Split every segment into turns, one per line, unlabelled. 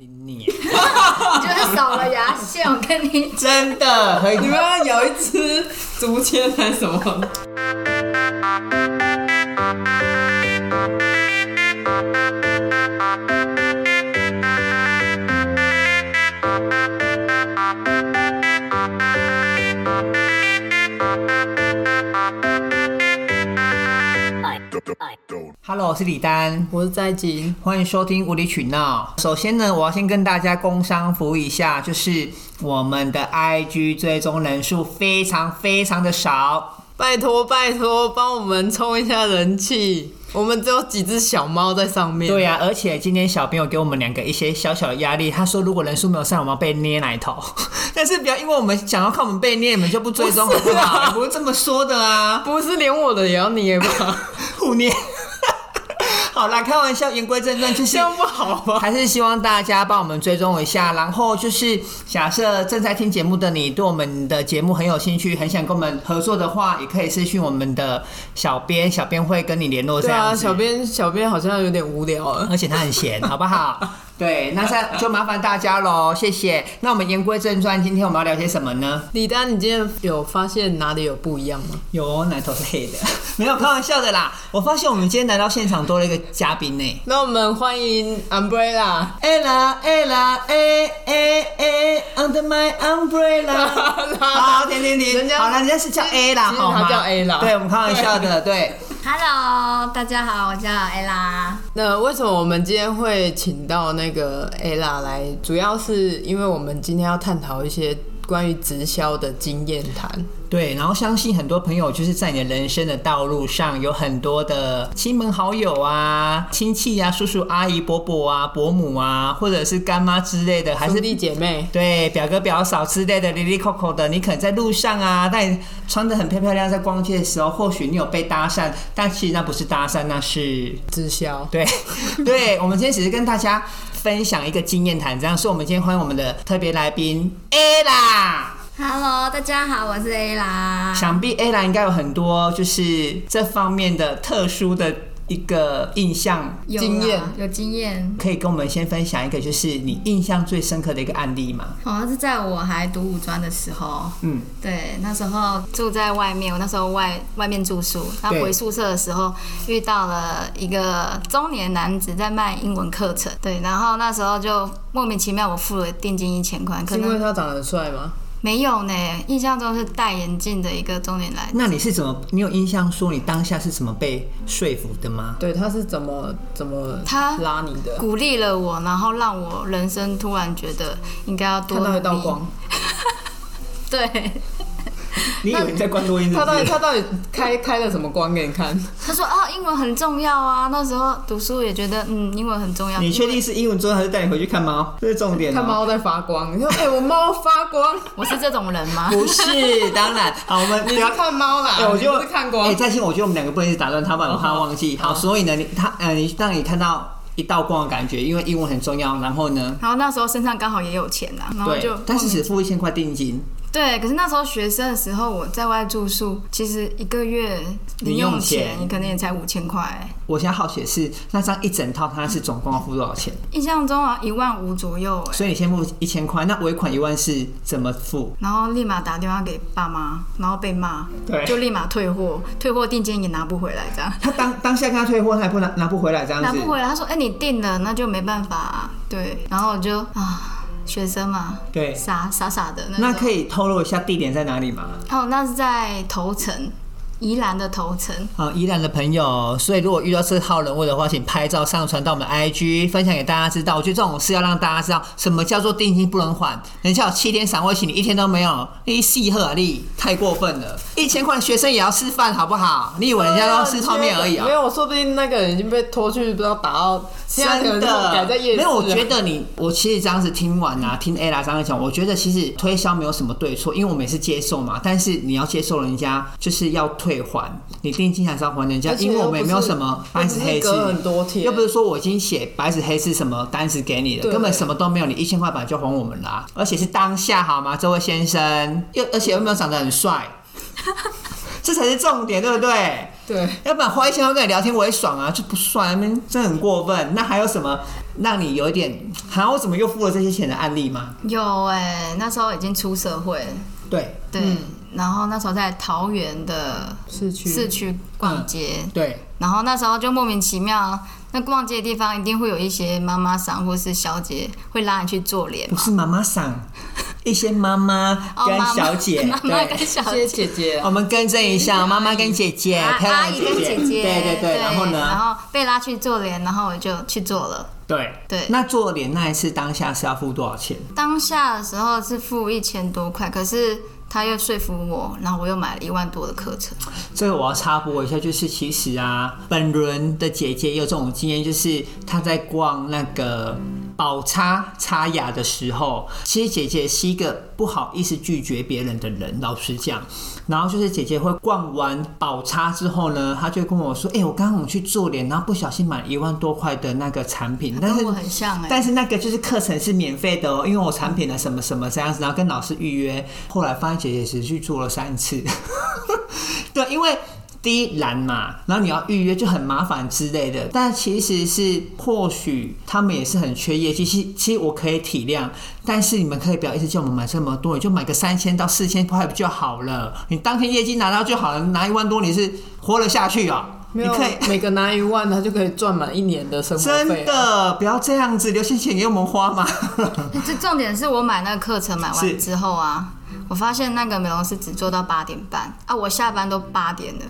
你你
就是少了牙线，我跟你
真的很
你们有一只竹签还是什么？
Hello，我是李丹，
我是在金，
欢迎收听无理取闹。首先呢，我要先跟大家工商服一下，就是我们的 IG 追踪人数非常非常的少，
拜托拜托，帮我们冲一下人气。我们只有几只小猫在上面。
对呀、啊而且今天小朋友给我们两个一些小小的压力，他说如果人数没有上，我们要被捏奶头。 但是不要因为我们想要看我们被捏，你们就不追踪好不好？也不是这么说的啊，
不是连我的也要 捏吧？
互捏。 好啦，开玩笑，言归正传，就是
这样不好吧？
还是希望大家帮我们追踪一下，然后就是假设正在听节目的你，对我们的节目很有兴趣，很想跟我们合作的话，也可以私讯我们的小编，小编会跟你联络这
对
样
啊，
子。
小编小编好像有点无聊啊了。
而且他很闲，好不好？对，那再就麻烦大家喽，谢谢。那我们言归正传，今天我们要聊些什么呢？
李丹，你今天有发现哪里有不一样吗？
有奶头是黑的， 没有开玩笑的啦。我发现我们今天来到现场多了一个嘉宾呢。
那我们欢迎 Umbrella。
哎啦哎啦哎哎哎，Under my umbrella。好，停停停，
人家
好了，人家是叫 A 啦，
其实
好吗？
他叫 A 啦
对我们开玩笑的，对，
Hello，大家好，我叫 Ella。
那为什么我们今天会请到那个 Ella 来？主要是因为我们今天要探讨一些关于直销的经验谈。
对。然后相信很多朋友就是在你的人生的道路上，有很多的亲朋好友啊、亲戚啊、叔叔阿姨、伯伯啊、伯母啊，或者是干妈之类的，还
兄
是
弟姐妹，
对表哥表嫂之类的，里里扣扣的，你可能在路上啊，但你穿的很漂漂亮，在逛街的时候，或许你有被搭讪，但其实那不是搭讪，那是
直销。
对，对，我们今天只是跟大家分享一个经验谈，这样，所以我们今天欢迎我们的特别来宾 A 啦。
Hello，大家好，我是 Ella。
想必 A 啦应该有很多就是这方面的特殊的一个印象，
有啦
经验
有经验，
可以跟我们先分享一个，就是你印象最深刻的一个案例嘛？
好哦像是在我还读五专的时候，
嗯，
对，那时候住在外面，我那时候外外面住宿，然后
对
回宿舍的时候遇到了一个中年男子在卖英文课程，对，然后那时候就莫名其妙我付了定金一千块，可
是因为
能
他长得很帅吗？
没有呢，印象中是戴眼镜的一个中年男子。
那你是怎么？你有印象说你当下是怎么被说服的吗？
对，他是怎么怎么
他
拉你的？
鼓励了我，然后让我人生突然觉得应该要多
看到一
努
道
力
光，
对，
你以为你在关多音是
他
不
到底
是？
他到底开开了什么光给你看？
他说啊，英文很重要啊。那时候读书也觉得，嗯，英文很重 要。
你确定是英文桌还是带你回去看猫？这是重点、哦。
看猫在发光，你说哎、我猫发 光，
我是这种人吗？
不是，当然，好，我们不
你
要
是看
啊
猫啦，
哎、我就
你不是看光
哎、。在心，我觉得我们两个不能一直打断他，不然我怕忘
哦
记。好，所以呢，你他呃，你让你看到一道光的感觉，因为英文很重要。然后呢，
然后那时候身上刚好也有钱呐、然后
对
就，
但是只付一千块定金，
对。可是那时候学生的时候，我在外住宿，其实一个月
零
零用
用钱
钱可能也才五千块、
我现在好奇的是，那这样一整套它是总共要付多少钱？
印象中啊一万五左右、哎。
所以你先付一千块，那尾款一万是怎么付？
然后立马打电话给爸妈，然后被骂，
对
就立马退货，退货定金也拿不回来，这样。
他当当下跟他退货，他也不拿拿不回来这样
拿
子
不。回来，他说：“哎、你定了，那就没办法、啊。”对，然后我就啊，学生嘛，
对
傻傻傻的那
那
种
可以透露一下地点在哪里吗？
哦，那是在头城，宜兰的头城。
啊，宜兰的朋友，所以如果遇到这号人物的话，请拍照上传到我们的 IG，分享给大家知道。我觉得这种事要让大家知道，什么叫做定金不能还。人家有七天赏味期，你一天都没有，你细喝啊你，太过分了！一千块学生也要吃饭，好不好？你以为人家都吃泡面而已啊
没？有，说不定那个人已经被拖去，不知道打到现在可
真
能就改
的
在夜市。
没有，我觉，得你，我其实这样子听完啊，听 A 拉这样讲，我觉得其实推销没有什么对错，因为我们也是接受嘛，但是你要接受人家就是要退还，你定金还是要还人家，
而且
因为我们也没有什么白
又
纸
不是
黑
又不
字
是隔，很多天
又不是说我已经写白纸黑字什么单子给你了，
对
根本什么都没有，你一千块本来就还我们啦、而且是当下好吗，这位先生，又而且又没有长得很 帅，这才是重点，对不对？
对，
要不然花一千块跟你聊天我也爽啊，就不算，那边真的很过分。那还有什么让你有一点，哈，我怎么又付了这些钱的案例吗？
有哎、那时候已经出社会了，
对
对，然后那时候在桃园的
市区
市区逛街，
对，
然后那时候就莫名其妙，那逛街的地方一定会有一些妈妈桑或是小姐会拉你去做脸
不
嘛，
是妈妈桑，一些妈妈
哦，
跟
妈妈
小姐，
妈妈
对
跟小
谢
姐
谢。姐姐
我，们更正一 下，妈妈跟姐姐，
啊
漂
阿
亮
姨
姐
跟姐姐，
对对对，然后
然
呢，
后被拉去做脸，然后我就去做了。
对
对
那做脸那一次当下是要付多少钱？
当下的时候是付一千多块，可是他又说服我，然后我又买了一万多的课程。
这个我要插播一下，就是其实啊，本轮的姐姐也有这种经验，就是她在逛那个宝叉叉雅的时候，其实姐姐是一个不好意思拒绝别人的人，老实讲。然后就是姐姐会逛完宝叉之后呢，她就跟我说：“哎、我刚刚我去做脸，然后不小心买了一万多块的那个产品，但是
跟我很像哎、
但是那个就是课程是免费的哦，因为我产品的什么什么这样子，然后跟老师预约。后来发现姐姐只去做了三次， 对，因为第一难嘛，然后你要预约就很麻烦之类的。但其实是或许他们也是很缺业绩，其实其实我可以体谅，但是你们可以不要一直叫我们买这么多，你就买个三千到四千块不就好了？你当天业绩拿到就好了，拿一万多你是活了下去哦。
没
你
有啊
可以
每个拿一万，他就可以赚满一年的生活费啊。
真的不要这样子，留些钱给我们花嘛。
这重点是我买那个课程买
是
完之后啊，我发现那个美容师只做到八点半啊，我下班都八点了，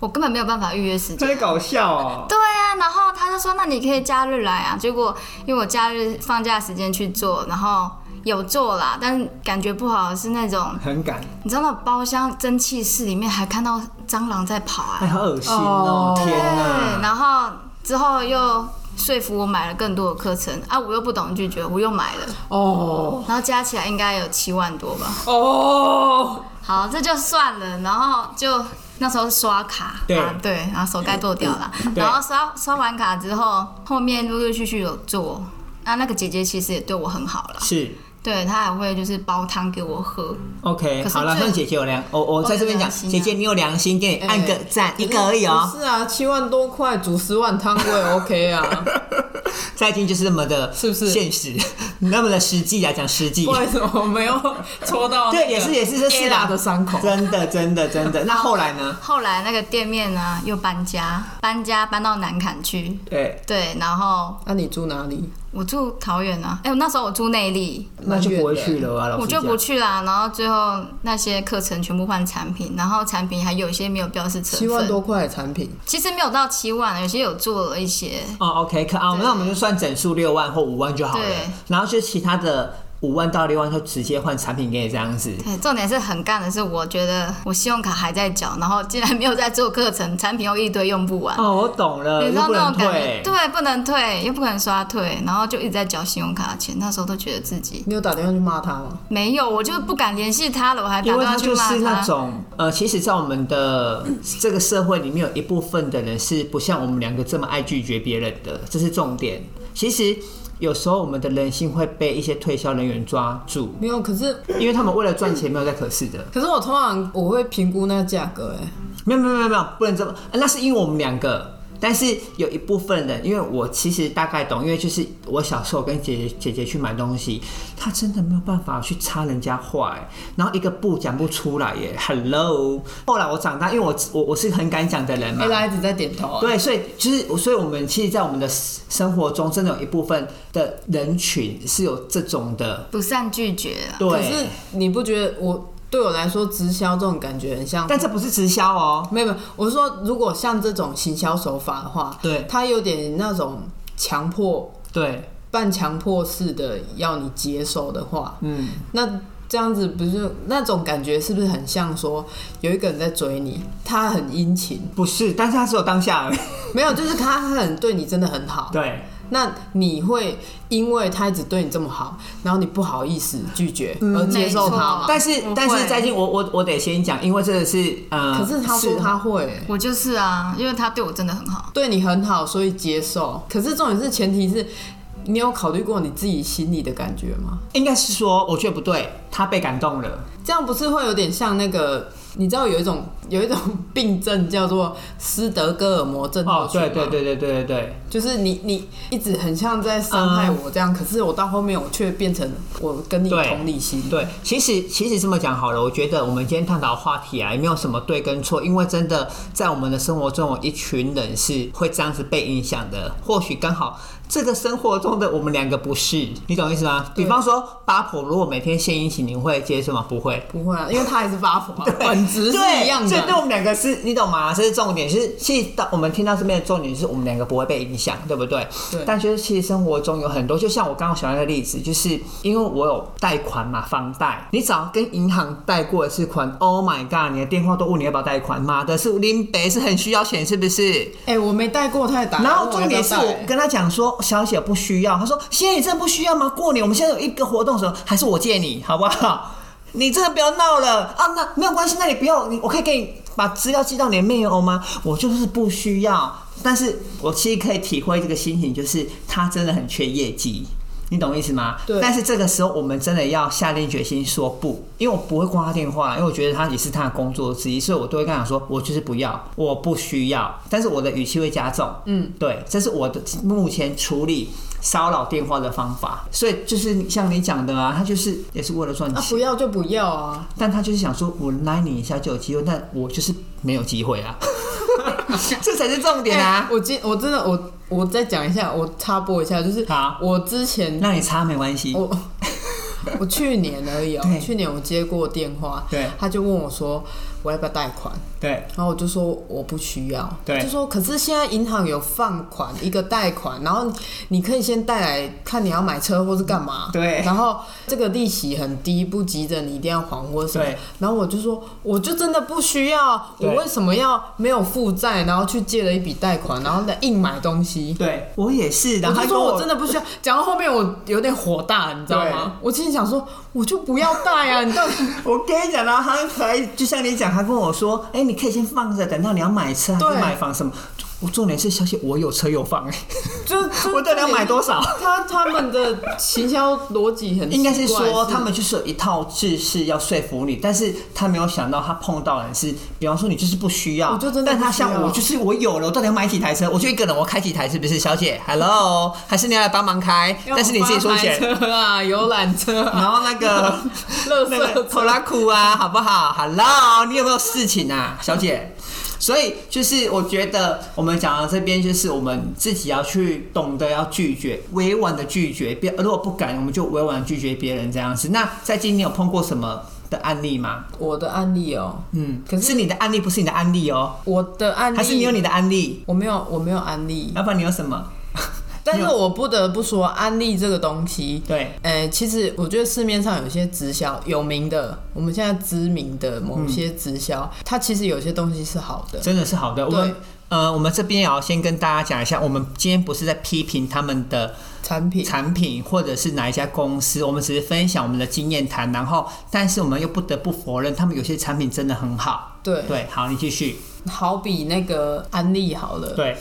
我根本没有办法预约时间。
真搞笑哦！
对啊，然后他就说：“那你可以假日来啊。”结果因为我假日放假时间去做，然后有做啦，但是感觉不好的是那种，
很赶，
你知道那种包厢蒸汽室里面还看到蟑螂在跑啊，
哎，好恶心哦！
哦
天
对，
哪，
然后之后又说服我买了更多的课程啊，我又不懂拒绝，我又买了，
哦
然后加起来应该有七万多吧。
哦，
好，这就算了，然后就那时候刷卡，
对嗯
啊、对，然后手该剁掉了，
对
然后刷刷完卡之后，后面陆陆续续有做。啊那那个姐姐其实也对我很好了，
是
对她还会就是煲汤给我喝，
OK，
可是
好了，
这
算姐姐有良，我我在这边
有
讲，
良心啊
姐姐你有良心，给你按个赞，一个而已
哎不
哦。
是啊，七万多块煮十碗汤我也 OK 啊。
再进就是这么的，
是不是
现实， 那么的实际啊，讲实际。
为什么没有戳到那个 Ella 伤口？
对，也是也是，这是
大的伤口。
真的真的真的。那后来呢？
后来那个店面呢又搬家，搬家搬到南坎去，
对，
对，然后
那你住哪里？
我住桃园啊，哎、我那时候我住内坜，
那就不会去了啊，老师。
我就不。去啦，然后最后那些课程全部换产品，然后产品还有一些没有标示成分，
七万多块的产品，
其实没有到七万，有些有做了一些，
哦，OK，可啊，
对
那我们就算整数六万或五万就好了
对，
然后就其他的五万到六万就直接换产品给你这样子。
对，重点是很干的是，我觉得我信用卡还在缴，然后竟然没有在做课程，产品又一堆用不完，
哦，我懂了，
你知道
又不
那
能
种感
退
觉，。对，不能退，又不可能刷退，然后就一直在缴信用卡的钱，那时候都觉得自己
你有打电话去骂他吗？
没有，我就是不敢联系他了，我还打
因为
电话
他
去
就
骂
是那
他。
种呃，其实，在我们的这个社会里面，有一部分的人是不像我们两个这么爱拒绝别人的，这是重点。其实有时候我们的人性会被一些推销人员抓住，
没有，可是
因为他们为了赚钱没有在可视的。
可是我通常我会评估那个价格、哎，
没有没有没有没有，不能这么、呃那是因为我们两个。但是有一部分人，因为我其实大概懂，因为就是我小时候跟姐姐姐姐去买东西，她真的没有办法去插人家话，哎然后一个不讲不出来耶，Hello。后来我长大，因为我我我是很敢讲的人嘛
艾，拉一直在点头、啊。
对，所以就是，所以我们其实，在我们的生活中，真的有一部分的人群是有这种的，
不善拒绝啊，
可
对
是，你不觉得我对我来说直销这种感觉很像？
但这不是直销哦，
没有没有，我是说如果像这种行销手法的话，
对
它有点那种强迫、
对，
半强迫式的要你接受的话，
嗯，
那这样子不是那种感觉，是不是很像说有一个人在追你，他很殷勤，
不是，但是它只有当下而已，
没有，就是他很对你真的很好，
对。
那你会因为他一直对你这么好，然后你不好意思拒绝
嗯
而接受他吗？
但是
不会
但是在进我我我得先讲，因为这个是呃，
可是他说他会、欸
我就是啊，因为他对我真的很好。
对你很好，所以接受。可是重点是，前提是你有考虑过你自己心里的感觉吗？
应该是说，我觉得不对，他被感动了，
这样不是会有点像那个你知道有一种有一种病症叫做斯德哥尔摩症候
哦，
嗯群吗
对对，对对对对对，
就是你你一直很像在伤害我这
嗯
样，可是我到后面我却变成我跟你
对
同理心，
对，其实其实这么讲好了，我觉得我们今天探讨的话题啊，也没有什么对跟错，因为真的在我们的生活中，有一群人是会这样子被影响的。或许刚好这个生活中的我们两个不是，你懂意思吗？比方说八婆，如果每天献殷勤，你会接受吗？不会。
不会啊，因为他还是八婆嘛，本质是
对，
一样
所以对我
的。
们两个是，你懂吗？这是重点，是其实到我们听到这边的重点是我们两个不会被影响，对不对？
对
但就是其实生活中有很多，就像我刚刚想那个例子，就是因为我有贷款嘛，房贷，你只要跟银行贷过一次款，Oh my god，你的电话都问你要不要贷款，妈的是林北是很需要钱，是不是？
哎、我没带过，他也打来
然
问
后
我
重点是
要不要
我
带
跟他讲说，小姐不需要。他说现在你真的不需要吗？过年我们现在有一个活动什么，还是我借你好不好？你真的不要闹了啊！那没有关系，那你不要你，我可以给你把资料寄到你的 mail 吗？我就是不需要，但是我其实可以体会这个心情，就是他真的很缺业绩。你懂意思吗？
对
但是这个时候，我们真的要下定决心说不，因为我不会挂他电话，因为我觉得他也是他的工作之一，所以我都会跟他讲说，我就是不要，我不需要。但是我的语气会加重，嗯，对，这是我的目前处理骚扰电话的方法。所以就是像你讲的啊，他就是也是为了赚
啊，
钱，
不要就不要啊，
但他就是想说，我拉你一下就有机会，但我就是没有机 会啊，这才是重点
哎
啊。
我今我真的我我再讲一下，我插播一下，就是
好
我之前
让你插没关系，
我 我去年而已哦、
对
去年我接过电话，
对
他就问我说我要不要贷款，
对
然后我就说我不需要，
对
他就说可是现在银行有放款一个贷款，然后你可以先贷来看你要买车或是干嘛，
对
然后这个利息很低，不急着你一定要还或什么
对，
然后我就说我就真的不需要，
对
我为什么要没有负债，然后去借了一笔贷款，然后再硬买东西，
对，我也是，然
我
后他
就
跟
说
我
我真的不需要。讲到后面我有点火大，你知道吗？我心里想说，我就不要带啊！你到底
我跟你讲啦，他还就像你讲，他跟我说，哎、你可以先放着，等到你要买车还
对
是买房什么。我重点是，小姐，我有车有 房、哎，
就就
我到底要买多少？
他他们的行销逻辑很奇怪
应该是说
是
他们就是有一套制式要说服你，但是他没有想到他碰到的人是，比方说你就是不需要，
我就真的
但他
不需要
像我就是我有了，我到底要买几台车？我就一个人，我开几台是不是？小姐，Hello，还是你要来帮忙开？但是你自己出钱。嗯
要我帮他买车啊，游览车啊，
然后那个
垃
那个
圾
拖
车。
拉苦啊，好不好？Hello，你有没有事情啊，小姐？所以就是我觉得我们讲到这边，就是我们自己要去懂得要拒绝，委婉的拒绝，别如果不敢，我们就委婉地拒绝别人这样子。那在今天有碰过什么的案例吗？
我的案例哦，
嗯，
可是
是你的案例，不是你的案例哦，
我的案例
还是你有你的案例？
我没有我没有案例，
要不然你有什么？
但是
你有
我不得不说，安利这个东西，
对
呃，其实我觉得市面上有些直销有名的，我们现在知名的某
嗯
些直销，它其实有些东西是好的，
真的是好的。我们呃，我们这边也要先跟大家讲一下，我们今天不是在批评他们的
产品
产品或者是哪一家公司，我们只是分享我们的经验谈，然后但是我们又不得不否认，他们有些产品真的很好。
对
对，好，你继续。
好比那个安利好了，
对，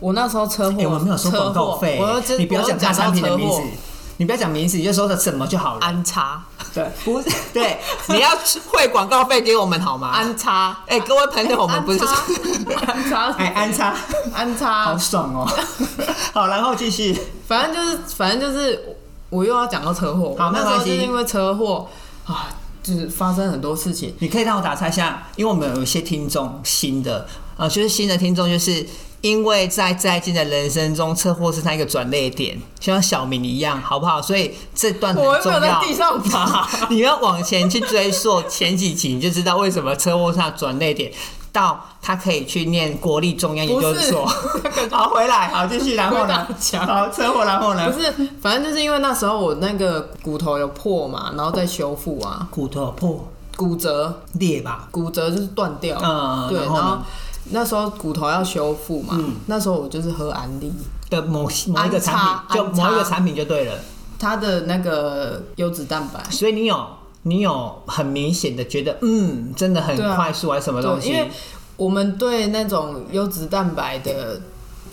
我那时候车祸，
呃哎、我们没有收广告费
车祸我又，真
你不要
我又
讲他产品的
到
名
车
字
祸，
你不要讲名字，你就说的什么就好了。
安插
啊对，不是， 对，你要汇广告费给我们好吗？
安插，
哎、各位朋友，我们不是
安插安插，
哎安插，
安
好
插，
爽 哦。好，然后继续。
反正就是反正就是我又要讲到车祸，
好
我那时
没
候
关系
就是因为车祸啊，就是发生很多事情。
你可以让我打岔一下，因为我们有一些听众新的，呃，就是新的听众，就是因为在在进的人生中，车祸是他一个转捩点，就像小明一样，好不好？所以这段很
我又
重
没有在
要。
地 上爬。
你要往前去追溯前几集，你就知道为什么车祸是他的转捩点，到他可以去念国立中央研究所。 好，回来，好，继续，然后呢
回答？墙
好，车祸，然后
不
呢？
是，反正就是因为那时候我那个骨头有破嘛，然后再修复啊，
骨头破
骨折，
裂吧？
骨折就是断掉，
嗯
对，
然
然
后呢嗯
后那时候骨头要修复嘛，那时候我就是喝安利，
的某某一个产
安插
品，就某一个
安插
产品就对了。
它的那个优质蛋白，
所以你有你有很明显的觉得，嗯，真的很
对啊
快速还是什么东
对，
西？
因为我们对那种优质蛋白的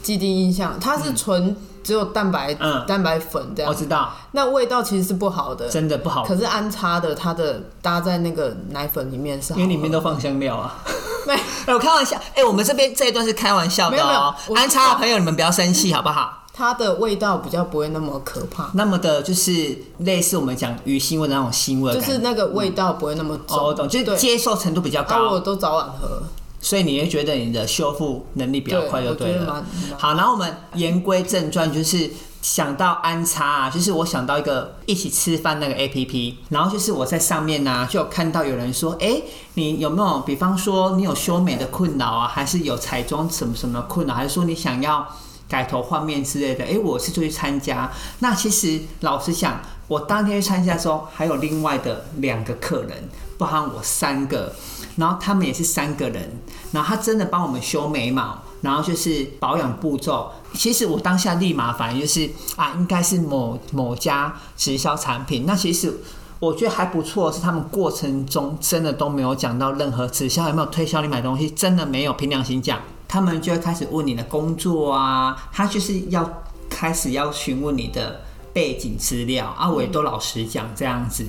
既定印象，它是纯只有蛋白、
嗯
蛋白粉这样
我，知道，
那味道其实是不好的。
真的不好，
呃可是安插的它的搭在那个奶粉里面是好
因
喝
为
的，
里面都放香料啊。
没
哎，我开玩笑，哎、我们这边这一段是开玩笑的
没有没
哦
有、我
安插的朋友，你们不要生气好不好？
它的味道比较不会那么可怕，
那么的，就是类似我们讲鱼腥味的那种腥味的
就
感觉，
是那个味道不会那么重。
哦，我懂，就是
对
接受程度比较
啊，
高，
我都早晚喝，
所以你会觉得你的修复能力比较快就对
对我觉得
了
蛮。蛮
好，然后我们言归正传，就是想到安插啊，就是我想到一个一起吃饭那个 A P P，然后就是我在上面呢、啊就有看到有人说，哎、你有没有，比方说你有修眉的困扰啊，还是有彩妆什么什么困扰，还是说你想要改头换面之类的？哎、我是就去参加。那其实老实讲，我当天去参加的时候，还有另外的两个客人，包含我三个，然后他们也是三个人，然后他真的帮我们修眉毛，然后就是保养步骤。其实我当下立马反应就是啊，应该是某某家直销产品。那其实我觉得还不错，是他们过程中真的都没有讲到任何直销有没有推销你买东西，真的没有，凭良心讲，他们就会开始问你的工作啊，他就是要开始要询问你的背景资料啊，我也都老实讲这样子。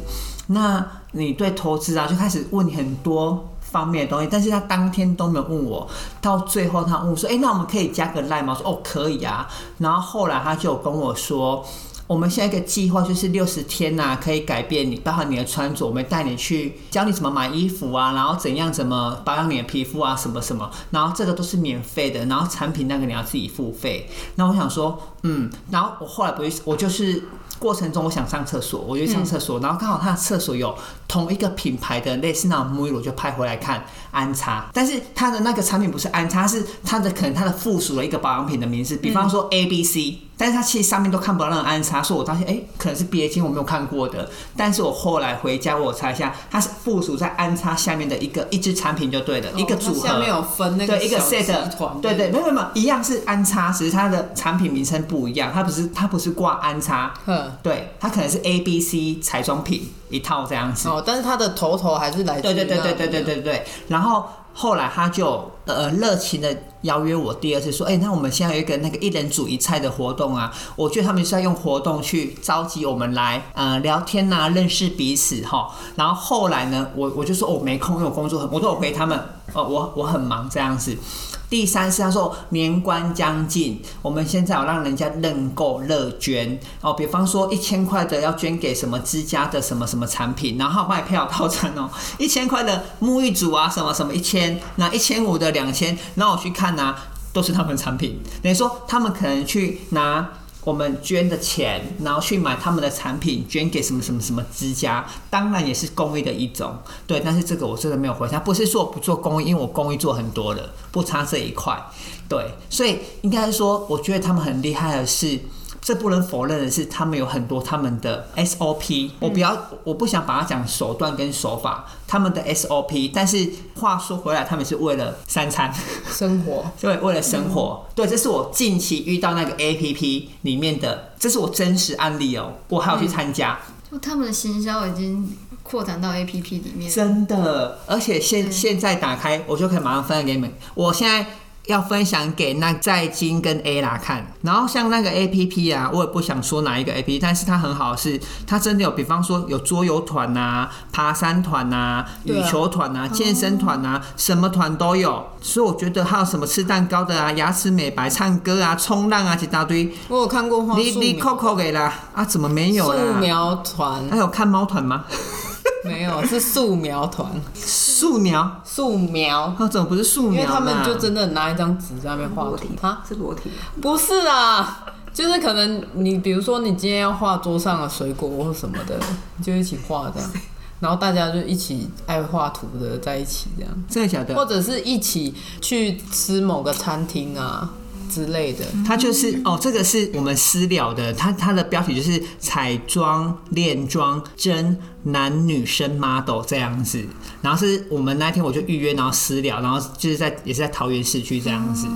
那你对投资啊，就开始问你很多方面的东西，但是他当天都没有问我，到最后他问我说：“哎、那我们可以加个 line 吗？”我说：“哦，可以啊。”然后后来他就有跟我说。我们现在一个计划就是六十天呐、可以改变你，包含你的穿着，我们带你去教你怎么买衣服啊，然后怎样怎么保养你的皮肤啊，什么什么，然后这个都是免费的，然后产品那个你要自己付费。那我想说，嗯，然后我后来不是我就是过程中我想上厕所，
嗯
我就去上厕所，然后刚好他的厕所有同一个品牌的类似那种沐浴露，就拍回来看安插，但是它的那个产品不是安插，是它的可能它的附属的一个保养品的
嗯
名字，比方说 A B C，、但是它其实上面都看不到那个安插，所以我当时哎、诶可能是别精我没有看过的，但是我后来回家我有查一下，它是附属在安插下面的一个一支产品就对了，一个
哦它
组合，
下面有分那个
对一个
小
set，
集团
对对，没有没有没有，一样是安插，只是它的产品名称不一样，它不是它不是挂安插，
哼，
对，它可能是 A B C 彩妆品一套这样子。
哦，但是它的头头还是来自
对
于
对对对对
那
对
里
对对。然后后来他就呃热情的邀约我第二次说，哎、那我们现在有一个那个一人煮一菜的活动啊，我觉得他们是在用活动去召集我们来呃聊天呐、认识彼此哈。然后后来呢，我我就说我、没空，因为我工作很，我都有回他们，呃，我我很忙这样子。第三是他说年关将近，我们现在有让人家认购乐捐哦，比方说一千块的要捐给什么之家的什么什么产品，然后卖票套餐哦， 一千块的沐浴组啊什么什么一千，那一千五的两 千，然后我去看呐、都是他们的产品，等于说他们可能去拿。我们捐的钱，然后去买他们的产品，捐给什么什么什么之家，当然也是公益的一种，对。但是这个我真的没有回答，不是说我不做公益，因为我公益做很多了，不差这一块，对。所以应该说，我觉得他们很厉害的是，这不能否认的是，他们有很多他们的 SOP，我不要，我不想把它讲手段跟手法，他们的 SOP。但是话说回来，他们是为了三餐。
生活。
对，为了生活，对，这是我近期遇到那个 A P P 里面的，这是我真实案例哦，我还有去参加，
就他们的行销已经扩展到 APP 里面，
真的，而且现
嗯
现在打开，我就可以马上分享给你们。我现在要分享给那在金跟 A 啦看，然后像那个 A P P 啊，我也不想说哪一个 A P P，但是它很好的是，它真的有，比方说有桌游团呐、爬山团呐、
对
羽
啊
球团呐、健身团呐、什么团都有。所以我觉得还有什么吃蛋糕的啊、牙齿美白、唱歌啊、冲浪啊，一大堆。
我有看过花
你
素
你
描，
扣扣给啦啊？怎么没有
素
啦？
描团
还有看猫团吗？
没有，是素描团，
素描。 哦
素描，
那怎么不是素
因
描
为
啦？
他们就真的拿一张纸在那边画图啊，
是裸体。
不是啊。就是可能你，比如说你今天要画桌上的水果或什么的，你就一起画这样，然后大家就一起爱画图的在一起这样。
真的假
或
的？
者是一起去吃某个餐厅啊之类的。
他就是哦，这个是我们私聊的，他他的标题就是彩妆、恋妆、真男女生 model 这样子。然后是我们那天我就预约，然后私聊，然后就是在也是在桃园市区这样子。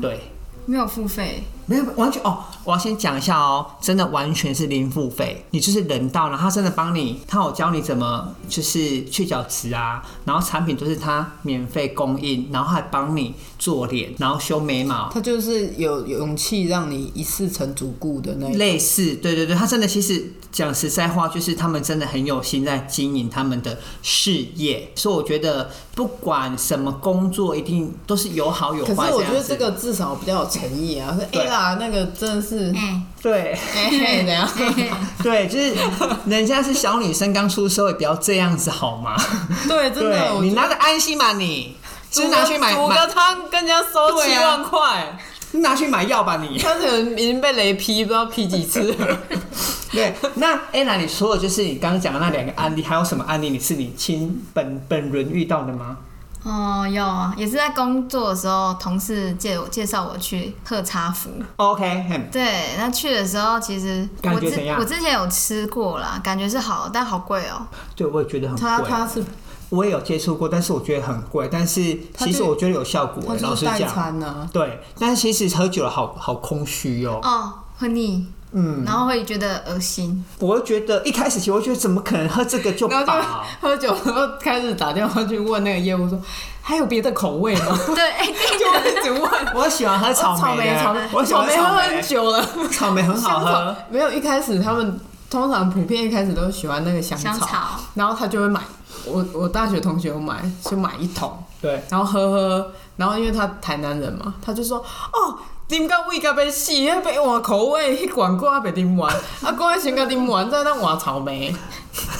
对，
没有付费，
没有完全哦，我要先讲一下哦，真的完全是零付费，你就是人到，然后他真的帮你，他有教你怎么就是去角质啊，然后产品都是他免费供应，然后还帮你做脸，然后修眉毛，
他就是有有勇气让你一世成主顾的那一种。
类似，对对对，他真的其实讲实在话，就是他们真的很有心在经营他们的事业，所以我觉得不管什么工作，一定都是有好有
可
坏。
是我觉得
样子
这个至少比较有诚意啊！说
对
哎啦，那个真 的 是，
嗯，
对
哎，怎 样？
对，就是人家是小女生刚出社会，不要这样子好吗？
对，真的，
对
我
你
觉得
拿着安心嘛你，
煮
是拿
个
去买
煮个
买，
汤，跟人家收七
对啊
万块，
拿去买药吧你。
他可能已经被雷劈，不知道劈几次 了。
对，那 Anna，你除了就是你刚刚讲的那两个案例，还有什么案例你是你亲本本人遇到的吗？
哦，有啊，也是在工作的时候，同事介我介绍我去喝茶服。
OK，嗯
对，那去的时候其实
感
我
觉
之
怎样
我之前有吃过啦，感觉是好，但好贵哦、
对，我也觉得很
他
贵。
他是
我也有接触过，但是我觉得很贵，但是
它
其实
就
我觉得有效果、
他
欸，
就
老实
是代
讲，
餐啊呢，
对。但是其实喝久了好好空虚
啊
哦、
哦，会腻，
嗯，
然后会觉得 恶心。
我会觉得一开始其实我会觉得怎么可能喝这个就
然后就
饱？啊
喝酒，然后开始打电话去问那个业务说，还有别的口味吗？
对，哎、对
就一直问。
我喜欢喝草
哦草
莓
莓，
的，
草莓，
我喜欢
莓
草
喝
莓欸
很，久了，
草莓很好
香草
喝。
没有一开始他们通常普遍一开始都喜欢那个香
香草
然后他就会买。我我大学同学有买，就买一桶，
对，
然后喝喝，然后因为他台南人嘛，他就说哦。点到味甲要死，要被换口味，迄罐锅还袂啉完， 啊锅还先甲啉完，再当换草莓。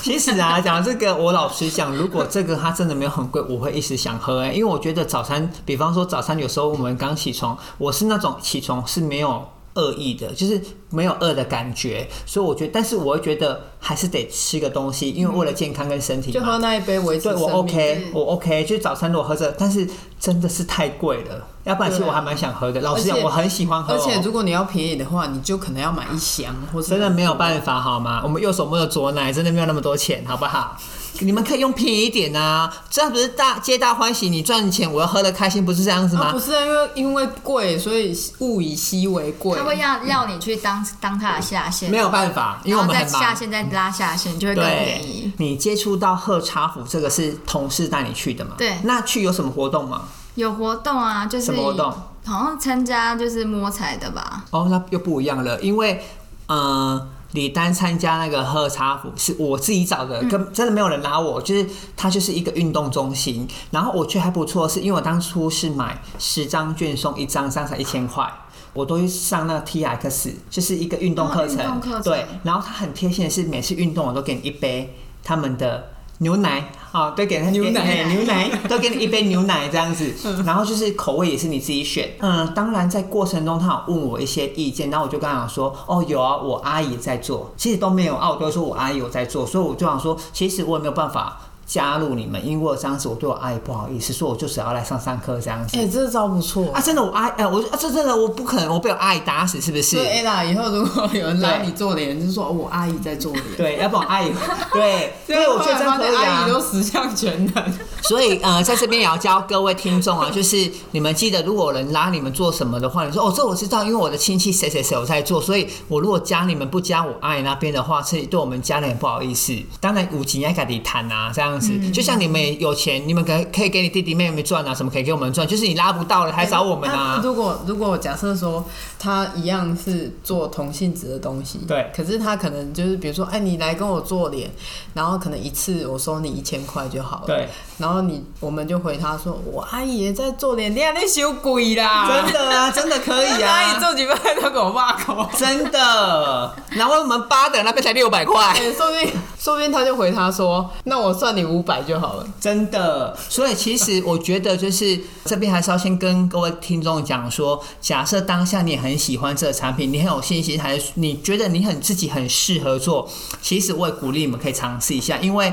其实啊，讲这个，我老实讲，如果这个它真的没有很贵，我会一直想喝、欸，因为我觉得早餐，比方说早餐，有时候我们刚起床，我是那种起床是没有恶意的，就是没有饿的感觉，所以我觉得，但是我会觉得还是得吃个东西，因为为了健康跟身体
就
嘛。
喝那一杯维持
对
生
我
命。
OK，我 OK，就是早餐如果喝这个，但是真的是太贵了，要不然其实
对啊
我还蛮想喝的。老实讲，
而且
我很喜欢喝、哦，
而且如果你要便宜的话，你就可能要买一箱，或是
真的没有办法好吗？我们右手摸着左奶，真的没有那么多钱，好不好？你们可以用便宜一点啊，这样不是大皆大欢喜？你赚钱，我要喝的开心，不是这样子
哦
啊，
吗
不？是因为因为贵，所以物以稀为贵
他。会要要你去当当他的下线，
没有办法，因为
然
我
后
们
再
很
下
忙。
线再拉下线，就会更
对
便宜。，
你接触到喝茶府这个是同事带你去的嘛？
对
那去有什么活动吗？
有活动啊，就是
什么活动
好像参加就是摸彩的吧？
哦，那又不一样了，因为呃，李丹参加那个喝茶服是我自己找的，跟真的没有人拉我，就是它就是一个运动中心。然后我觉得还不错，是因为我当初是买十张券送一张，这样才一千块。我都去上那个 T X，就是一个运动课程，
哦运动
嗯
课程
对。然后它很贴心的是，每次运动我都给你一杯他们的牛奶，啊、对，给他
牛奶
给牛 奶都给你一杯牛奶这样子，然后就是口味也是你自己选。嗯，当然在过程中他有问我一些意见，然后我就跟他讲说，哦，有啊，我阿姨在做，其实都没有啊，我都会说我阿姨有在做，所以我就想说，其实我也没有办法。加入你们，因为我这样子我对我阿姨不好意思，所以我就只要来上上课这样子、
哎、这招不错
啊！。真的，我阿哎、我啊，这真的我不可能，我被我阿姨打死是不是
所？以 Ella 以后如果有人拉
对
你做脸，就说、哦我阿姨在做脸。
对，要不然我阿 姨对，
所
所
以
以我觉得这样
发
可
现
以啊。
阿姨都十项全能。
所以呃，在这边也要教各位听众啊， 就是你们记得，如果有人拉你们做什么的话，你说哦，这我知道，因为我的亲戚谁谁谁有在做，所以我如果加你们不加我阿姨那边的话，是对我们家人很不好意思。当然，五级要跟你谈啊，这样子，就像你们也有钱，你们可可以给你弟弟妹妹赚啊，什么可以给我们赚，就是你拉不到了还找我们
那
啊。
如果如果假设说他一样是做同性质的东西，
对
可是他可能就是比如说，哎、你来跟我做脸，然后可能一次我收你一千块就好了。
对，
然后你我们就回他说，我阿姨也在做脸，你还在修鬼啦，
真的啊，真的可 以
阿姨
啊，
做几份都给我骂口。
真的。然后我们八等那边才六百块
哎、。说不定说不定他就回他说，那我算你五百就好了。
真的，所以其实我觉得就是这边还是要先跟各位听众讲说，假设当下你也很喜欢这个产品，你很有信心，还是你觉得你很自己很适合做，其实我也鼓励你们可以尝试一下，因为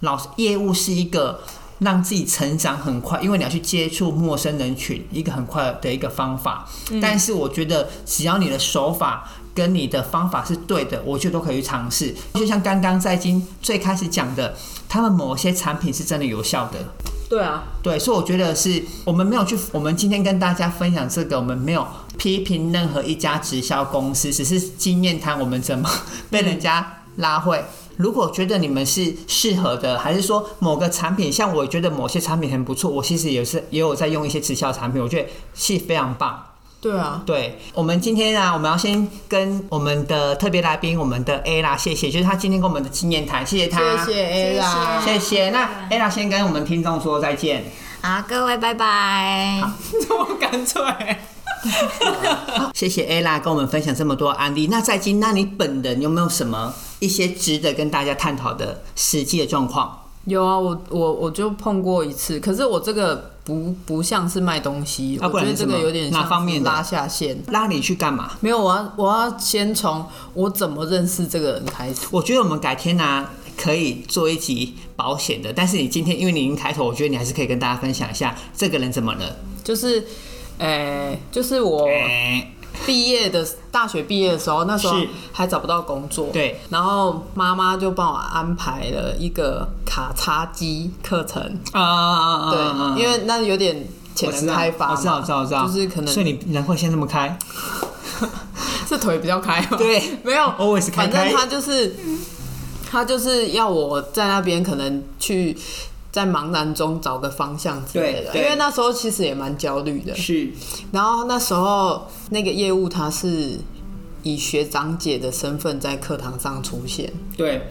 老师业务是一个。让自己成长很快，因为你要去接触陌生人群，一个很快的一个方法。但是我觉得，只要你的手法跟你的方法是对的，我觉得都可以去尝试。就像刚刚在金最开始讲的，他们某些产品是真的有效的。
对啊，
对，所以我觉得是我们没有去，我们今天跟大家分享这个，我们没有批评任何一家直销公司，只是经验谈我们怎么 被人家拉会。如果觉得你们是适合的，还是说某个产品，像我觉得某些产品很不错，我其实也是也有在用一些直销产品，我觉得是非常棒。
对啊，
对我们今天啊，我们要先跟我们的特别来宾，我们的 A 啦，谢谢，就是他今天跟我们的经验谈，谢谢他，
谢谢 A 啦，
谢谢。那 A 啦先跟我们听众说再见。
好，各位拜拜。
这么干脆，
啊谢谢 Ella 跟我们分享这么多案例。那在金，那你本人有没有什么一些值得跟大家探讨的实际的状况？
有啊，我我我就碰过一次，可是我这个不不像是卖东西，
啊不
我
然
觉得
是什
这
么
个有点像
哪方面
是
的
拉下线。
拉你去干嘛？
没有，我要我要先从我怎么认识这个人开始。
我觉得我们改天呢、可以做一集保险的，但是你今天因为你已经开头，我觉得你还是可以跟大家分享一下这个人怎么 了。
就是，呃，就是我
哎
毕业的大学毕业的时候，那时候
是
还找不到工作，
对，
然后妈妈就帮我安排了一个卡叉机课程，
啊啊啊！啊
对，因为那有点潜
我知
能
道
开发嘛，
我知道，我知道，我知道，
就是可能
所以你难怪现在这么开，
是腿比较开 嘛，
对
没有
Always 开
反
开
正他就是他就是要我在那边可能去在茫然中找个方向之类
对
的，
对
因为那时候其实也蛮焦虑的，
是
然后那时候那个业务他是以学长姐的身份在课堂上出现，
对，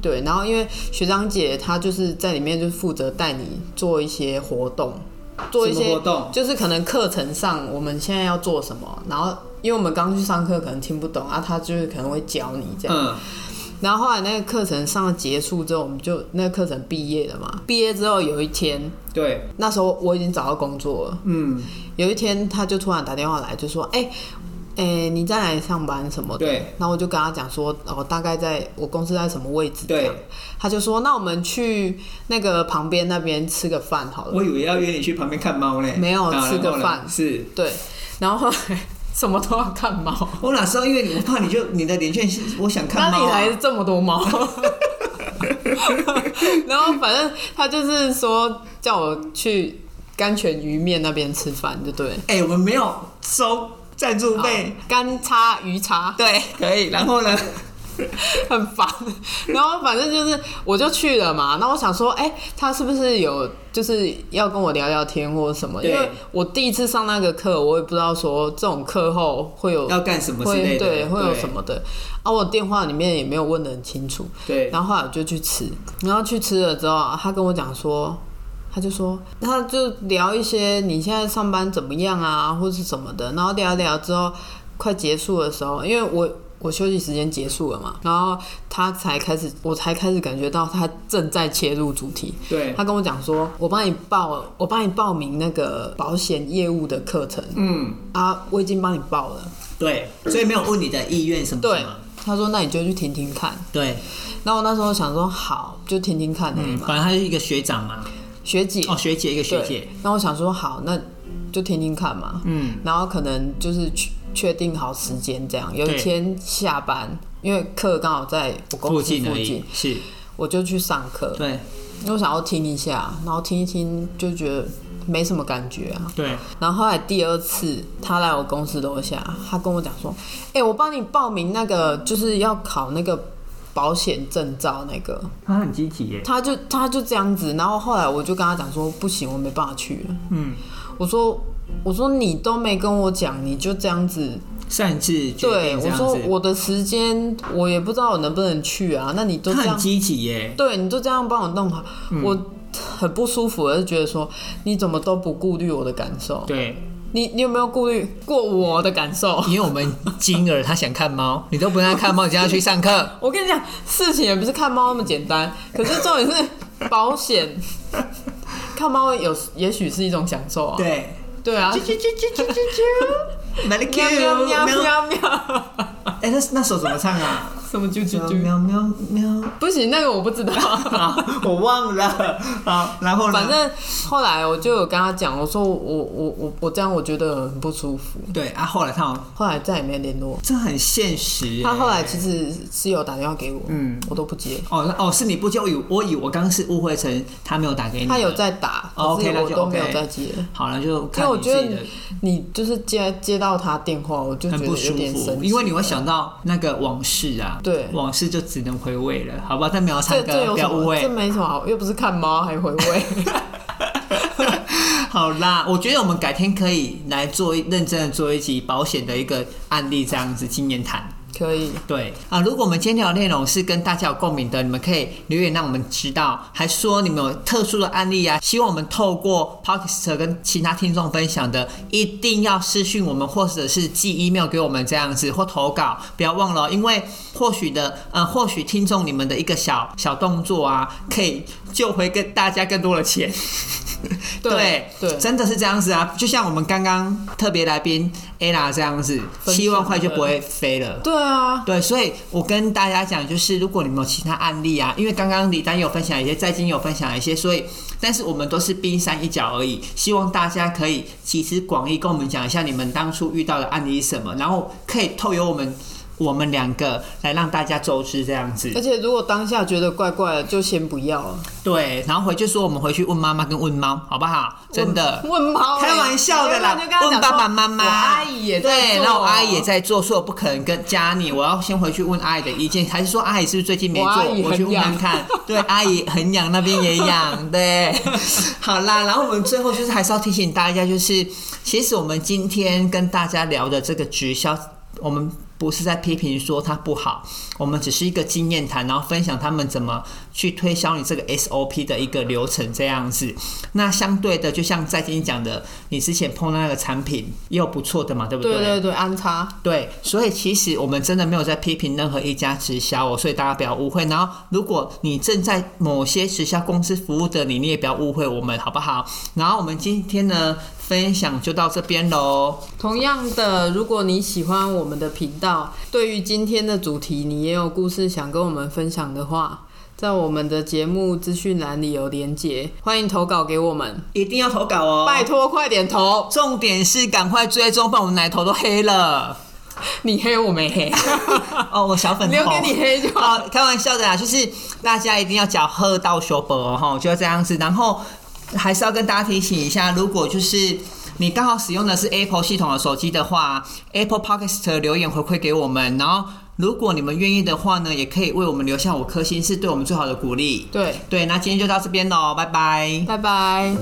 对，然后因为学长姐她就是在里面就负责带你做一些活动，做一
什么
些
活动
就是可能课程上我们现在要做什么，然后因为我们刚去上课可能听不懂啊，她就是可能会教你这样，
嗯，
然后后来那个课程上结束之后，我们就那个课程毕业了嘛，毕业之后有一天，
对，
那时候我已经找到工作了，
嗯，
有一天他就突然打电话来，就说：“哎、哎、你在哪里上班什么的？”
对。
然后我就跟他讲说：“哦，大概在我公司在什么位置？”
对
这样。他就说：“那我们去那个旁边那边吃个饭好了。
以为要约你去旁边看猫呢，
没有
啊
吃个
然后呢
饭
是”
对。然后后来什么都要看猫，
我哪知道？因为你我怕你就你的脸券是我想看
哪
猫、
里
啊，
来这么 多猫？然后反正他就是说叫我去甘泉鱼面那边吃饭，就对了。
哎、我们没有收赞助费，
好干叉鱼叉，
对，可以。然后呢？
很烦。然后反正就是，我就去了嘛。那我想说，哎、他是不是有就是要跟我聊聊天或什么？因
对
为我第一次上那个课，我也不知道说这种课后会有
要干什么之类的
会对会有
对
什么的。啊，我电话里面也没有问的很清楚。
对
然后后来我就去吃，然后去吃了之后，他跟我讲说。他就说，他就聊一些你现在上班怎么样啊，或是什么的。然后聊一聊之后，快结束的时候，因为我我休息时间结束了嘛，然后他才开始，我才开始感觉到他正在切入主题。
对
他跟我讲说，我帮你报，我帮你报名那个保险业务的课程
嗯，
啊，我已经帮你报了。
对，所以没有问你的意愿什么
对
什么，
他说那你就去听听看。
对，
那我那时候想说，好，就听听看而已
嗯，
嘛。
反正他是一个学长嘛，
学姐，
哦，学姐一个学
对，
姐，
那我想说，好，那就听听看嘛。
嗯，
然后可能就是确确定好时间这样。有一
对
天下班，因为课刚好在我公
附
司附近，
近而已，是
我就去上课，
对
因为我想要听一下，然后听一听就觉得没什么感觉啊。
对，
然后后来第二次他来我公司楼下，他跟我讲说：“哎、我帮你报名那个，就是要考那个保险证照那个。”
他很积极耶，
他就他就这样子，然后后来我就跟他讲说，不行，我没办法去了。
嗯，
我说我说你都没跟我讲，你就这样子，
擅自决
对
定这
我
样
说
子，
我的时间我也不知道我能不能去啊，那你都
他
这
很嗯
样，
积极耶，
对，你就这样帮我弄好，我很不舒服，我就觉得说你怎么都不顾虑我的感受，
对，
你你有没有顾虑过我的感受？
因为我们金儿他想看猫，你都不让他看猫，你叫他去上课，
我跟你讲，事情也不是看猫那么简单，可是重点是保险。看猫有，也许是一种享受啊。
对，
对啊，
啾啾啾啾啾啾啾，蛮 Q，
喵喵喵
喵
喵喵，
哎、那那首怎么唱啊？
什么啾啾啾？
喵啊喵喵，
不行，那个我不知道。
我忘了。好，然后呢？
啊 反正后来我就有跟他讲，我说我我我我这样我觉得很不舒服，
对啊，后来他好
后来再也没联络。
这很现实耶。
他后来其实是有打电话给我，嗯，我都不接。
哦那哦，是你不接，我以为我以为我刚刚是误会成他没有打给你。
他有。在打，
嗯哦
可是
OK，那
我
就
都没有
OK
再接。
好了，就
因
看
为我
你
觉
自己
得
的。
你就是接接到他电话，我就觉
很
得
不
有
舒
点生
服，
气，
因为你会想到那个往事啊，
对
往事就只能回味了，好吧？但没有唱
这这
歌，
有
不
什
要误
么？
会。
这没什么好，又不是看猫还回味。
好啦，我觉得我们改天可以来做一认真的做一集保险的一个案例，这样子经验谈。
可以，
对啊，如果我们今天聊的内容是跟大家有共鸣的，你们可以留言让我们知道，还说你们有特殊的案例啊，希望我们透过 Podcast 跟其他听众分享的，一定要私讯我们，或者是寄 email 给我们这样子，或投稿，不要忘了哦，因为或许的呃，或许听众你们的一个小小动作啊，可以救回跟大家更多的 钱。
对对
真的是这样子啊！就像我们刚刚特别来宾 Ella 这样子，
分享
七万块就
的
不会飞了。
对啊，
对，所以我跟大家讲，就是如果你们有其他案例啊，因为刚刚李丹有分享一些，在金有分享一些，所以但是我们都是冰山一角而已。希望大家可以集思广益，跟我们讲一下你们当初遇到的案例是什么，然后可以透由我们我们两个来让大家周知这样子
而。且如果当下觉得怪怪的，就先不要了。
对，然后回去说我们回去问妈妈跟问猫，好不好？真的。
问猫欸、
开玩笑的啦
要不然就跟，他
问
讲
爸
说
爸妈妈，
我阿姨也在
对，
做
然后我阿姨也
哦
在做，所以我不可能跟加你，我要先回去问阿姨的意见，还是说阿姨是不是最近没
我阿
做，
姨
我去
很
问看
痒
看。对，阿姨很痒，那边也痒，对。好啦，然后我们最后就是还是要提醒大家，就是其实我们今天跟大家聊的这个直销，我们。不是在批评说它不好，我们只是一个经验谈，然后分享他们怎么去推销你这个 SOP 的一个流程这样子。那相对的，就像在今天讲的，你之前碰到那个产品也有不错的嘛，对不
对对对，安插
对，所以其实我们真的没有在批评任何一家直销哦，所以大家不要误会。然后，如果你正在某些直销公司服务的你，你也不要误会我们，好不好？然后我们今天呢分享就到这边喽。
同样的，如果你喜欢我们的频道，对于今天的主题你也有故事想跟我们分享的话，在我们的节目资讯栏里有连结，欢迎投稿给我们，
一定要投稿哦，
拜托快点投，
重点是赶快追踪，不然我们奶头都黑了。
你黑我没黑，
哦，我小粉红，
留给你黑就好。
好，开玩笑的啦，就是大家一定要脚喝到修本哦，吼就这样子。然后还是要跟大家提醒一下，如果就是。你刚好使用的是 Apple 系统的手机的话，Apple Podcast 留言回馈给我们。然后，如果你们愿意的话呢，也可以为我们留下五颗星，是对我们最好的鼓励。
对，
对，那今天就到这边喽，拜拜。
拜拜。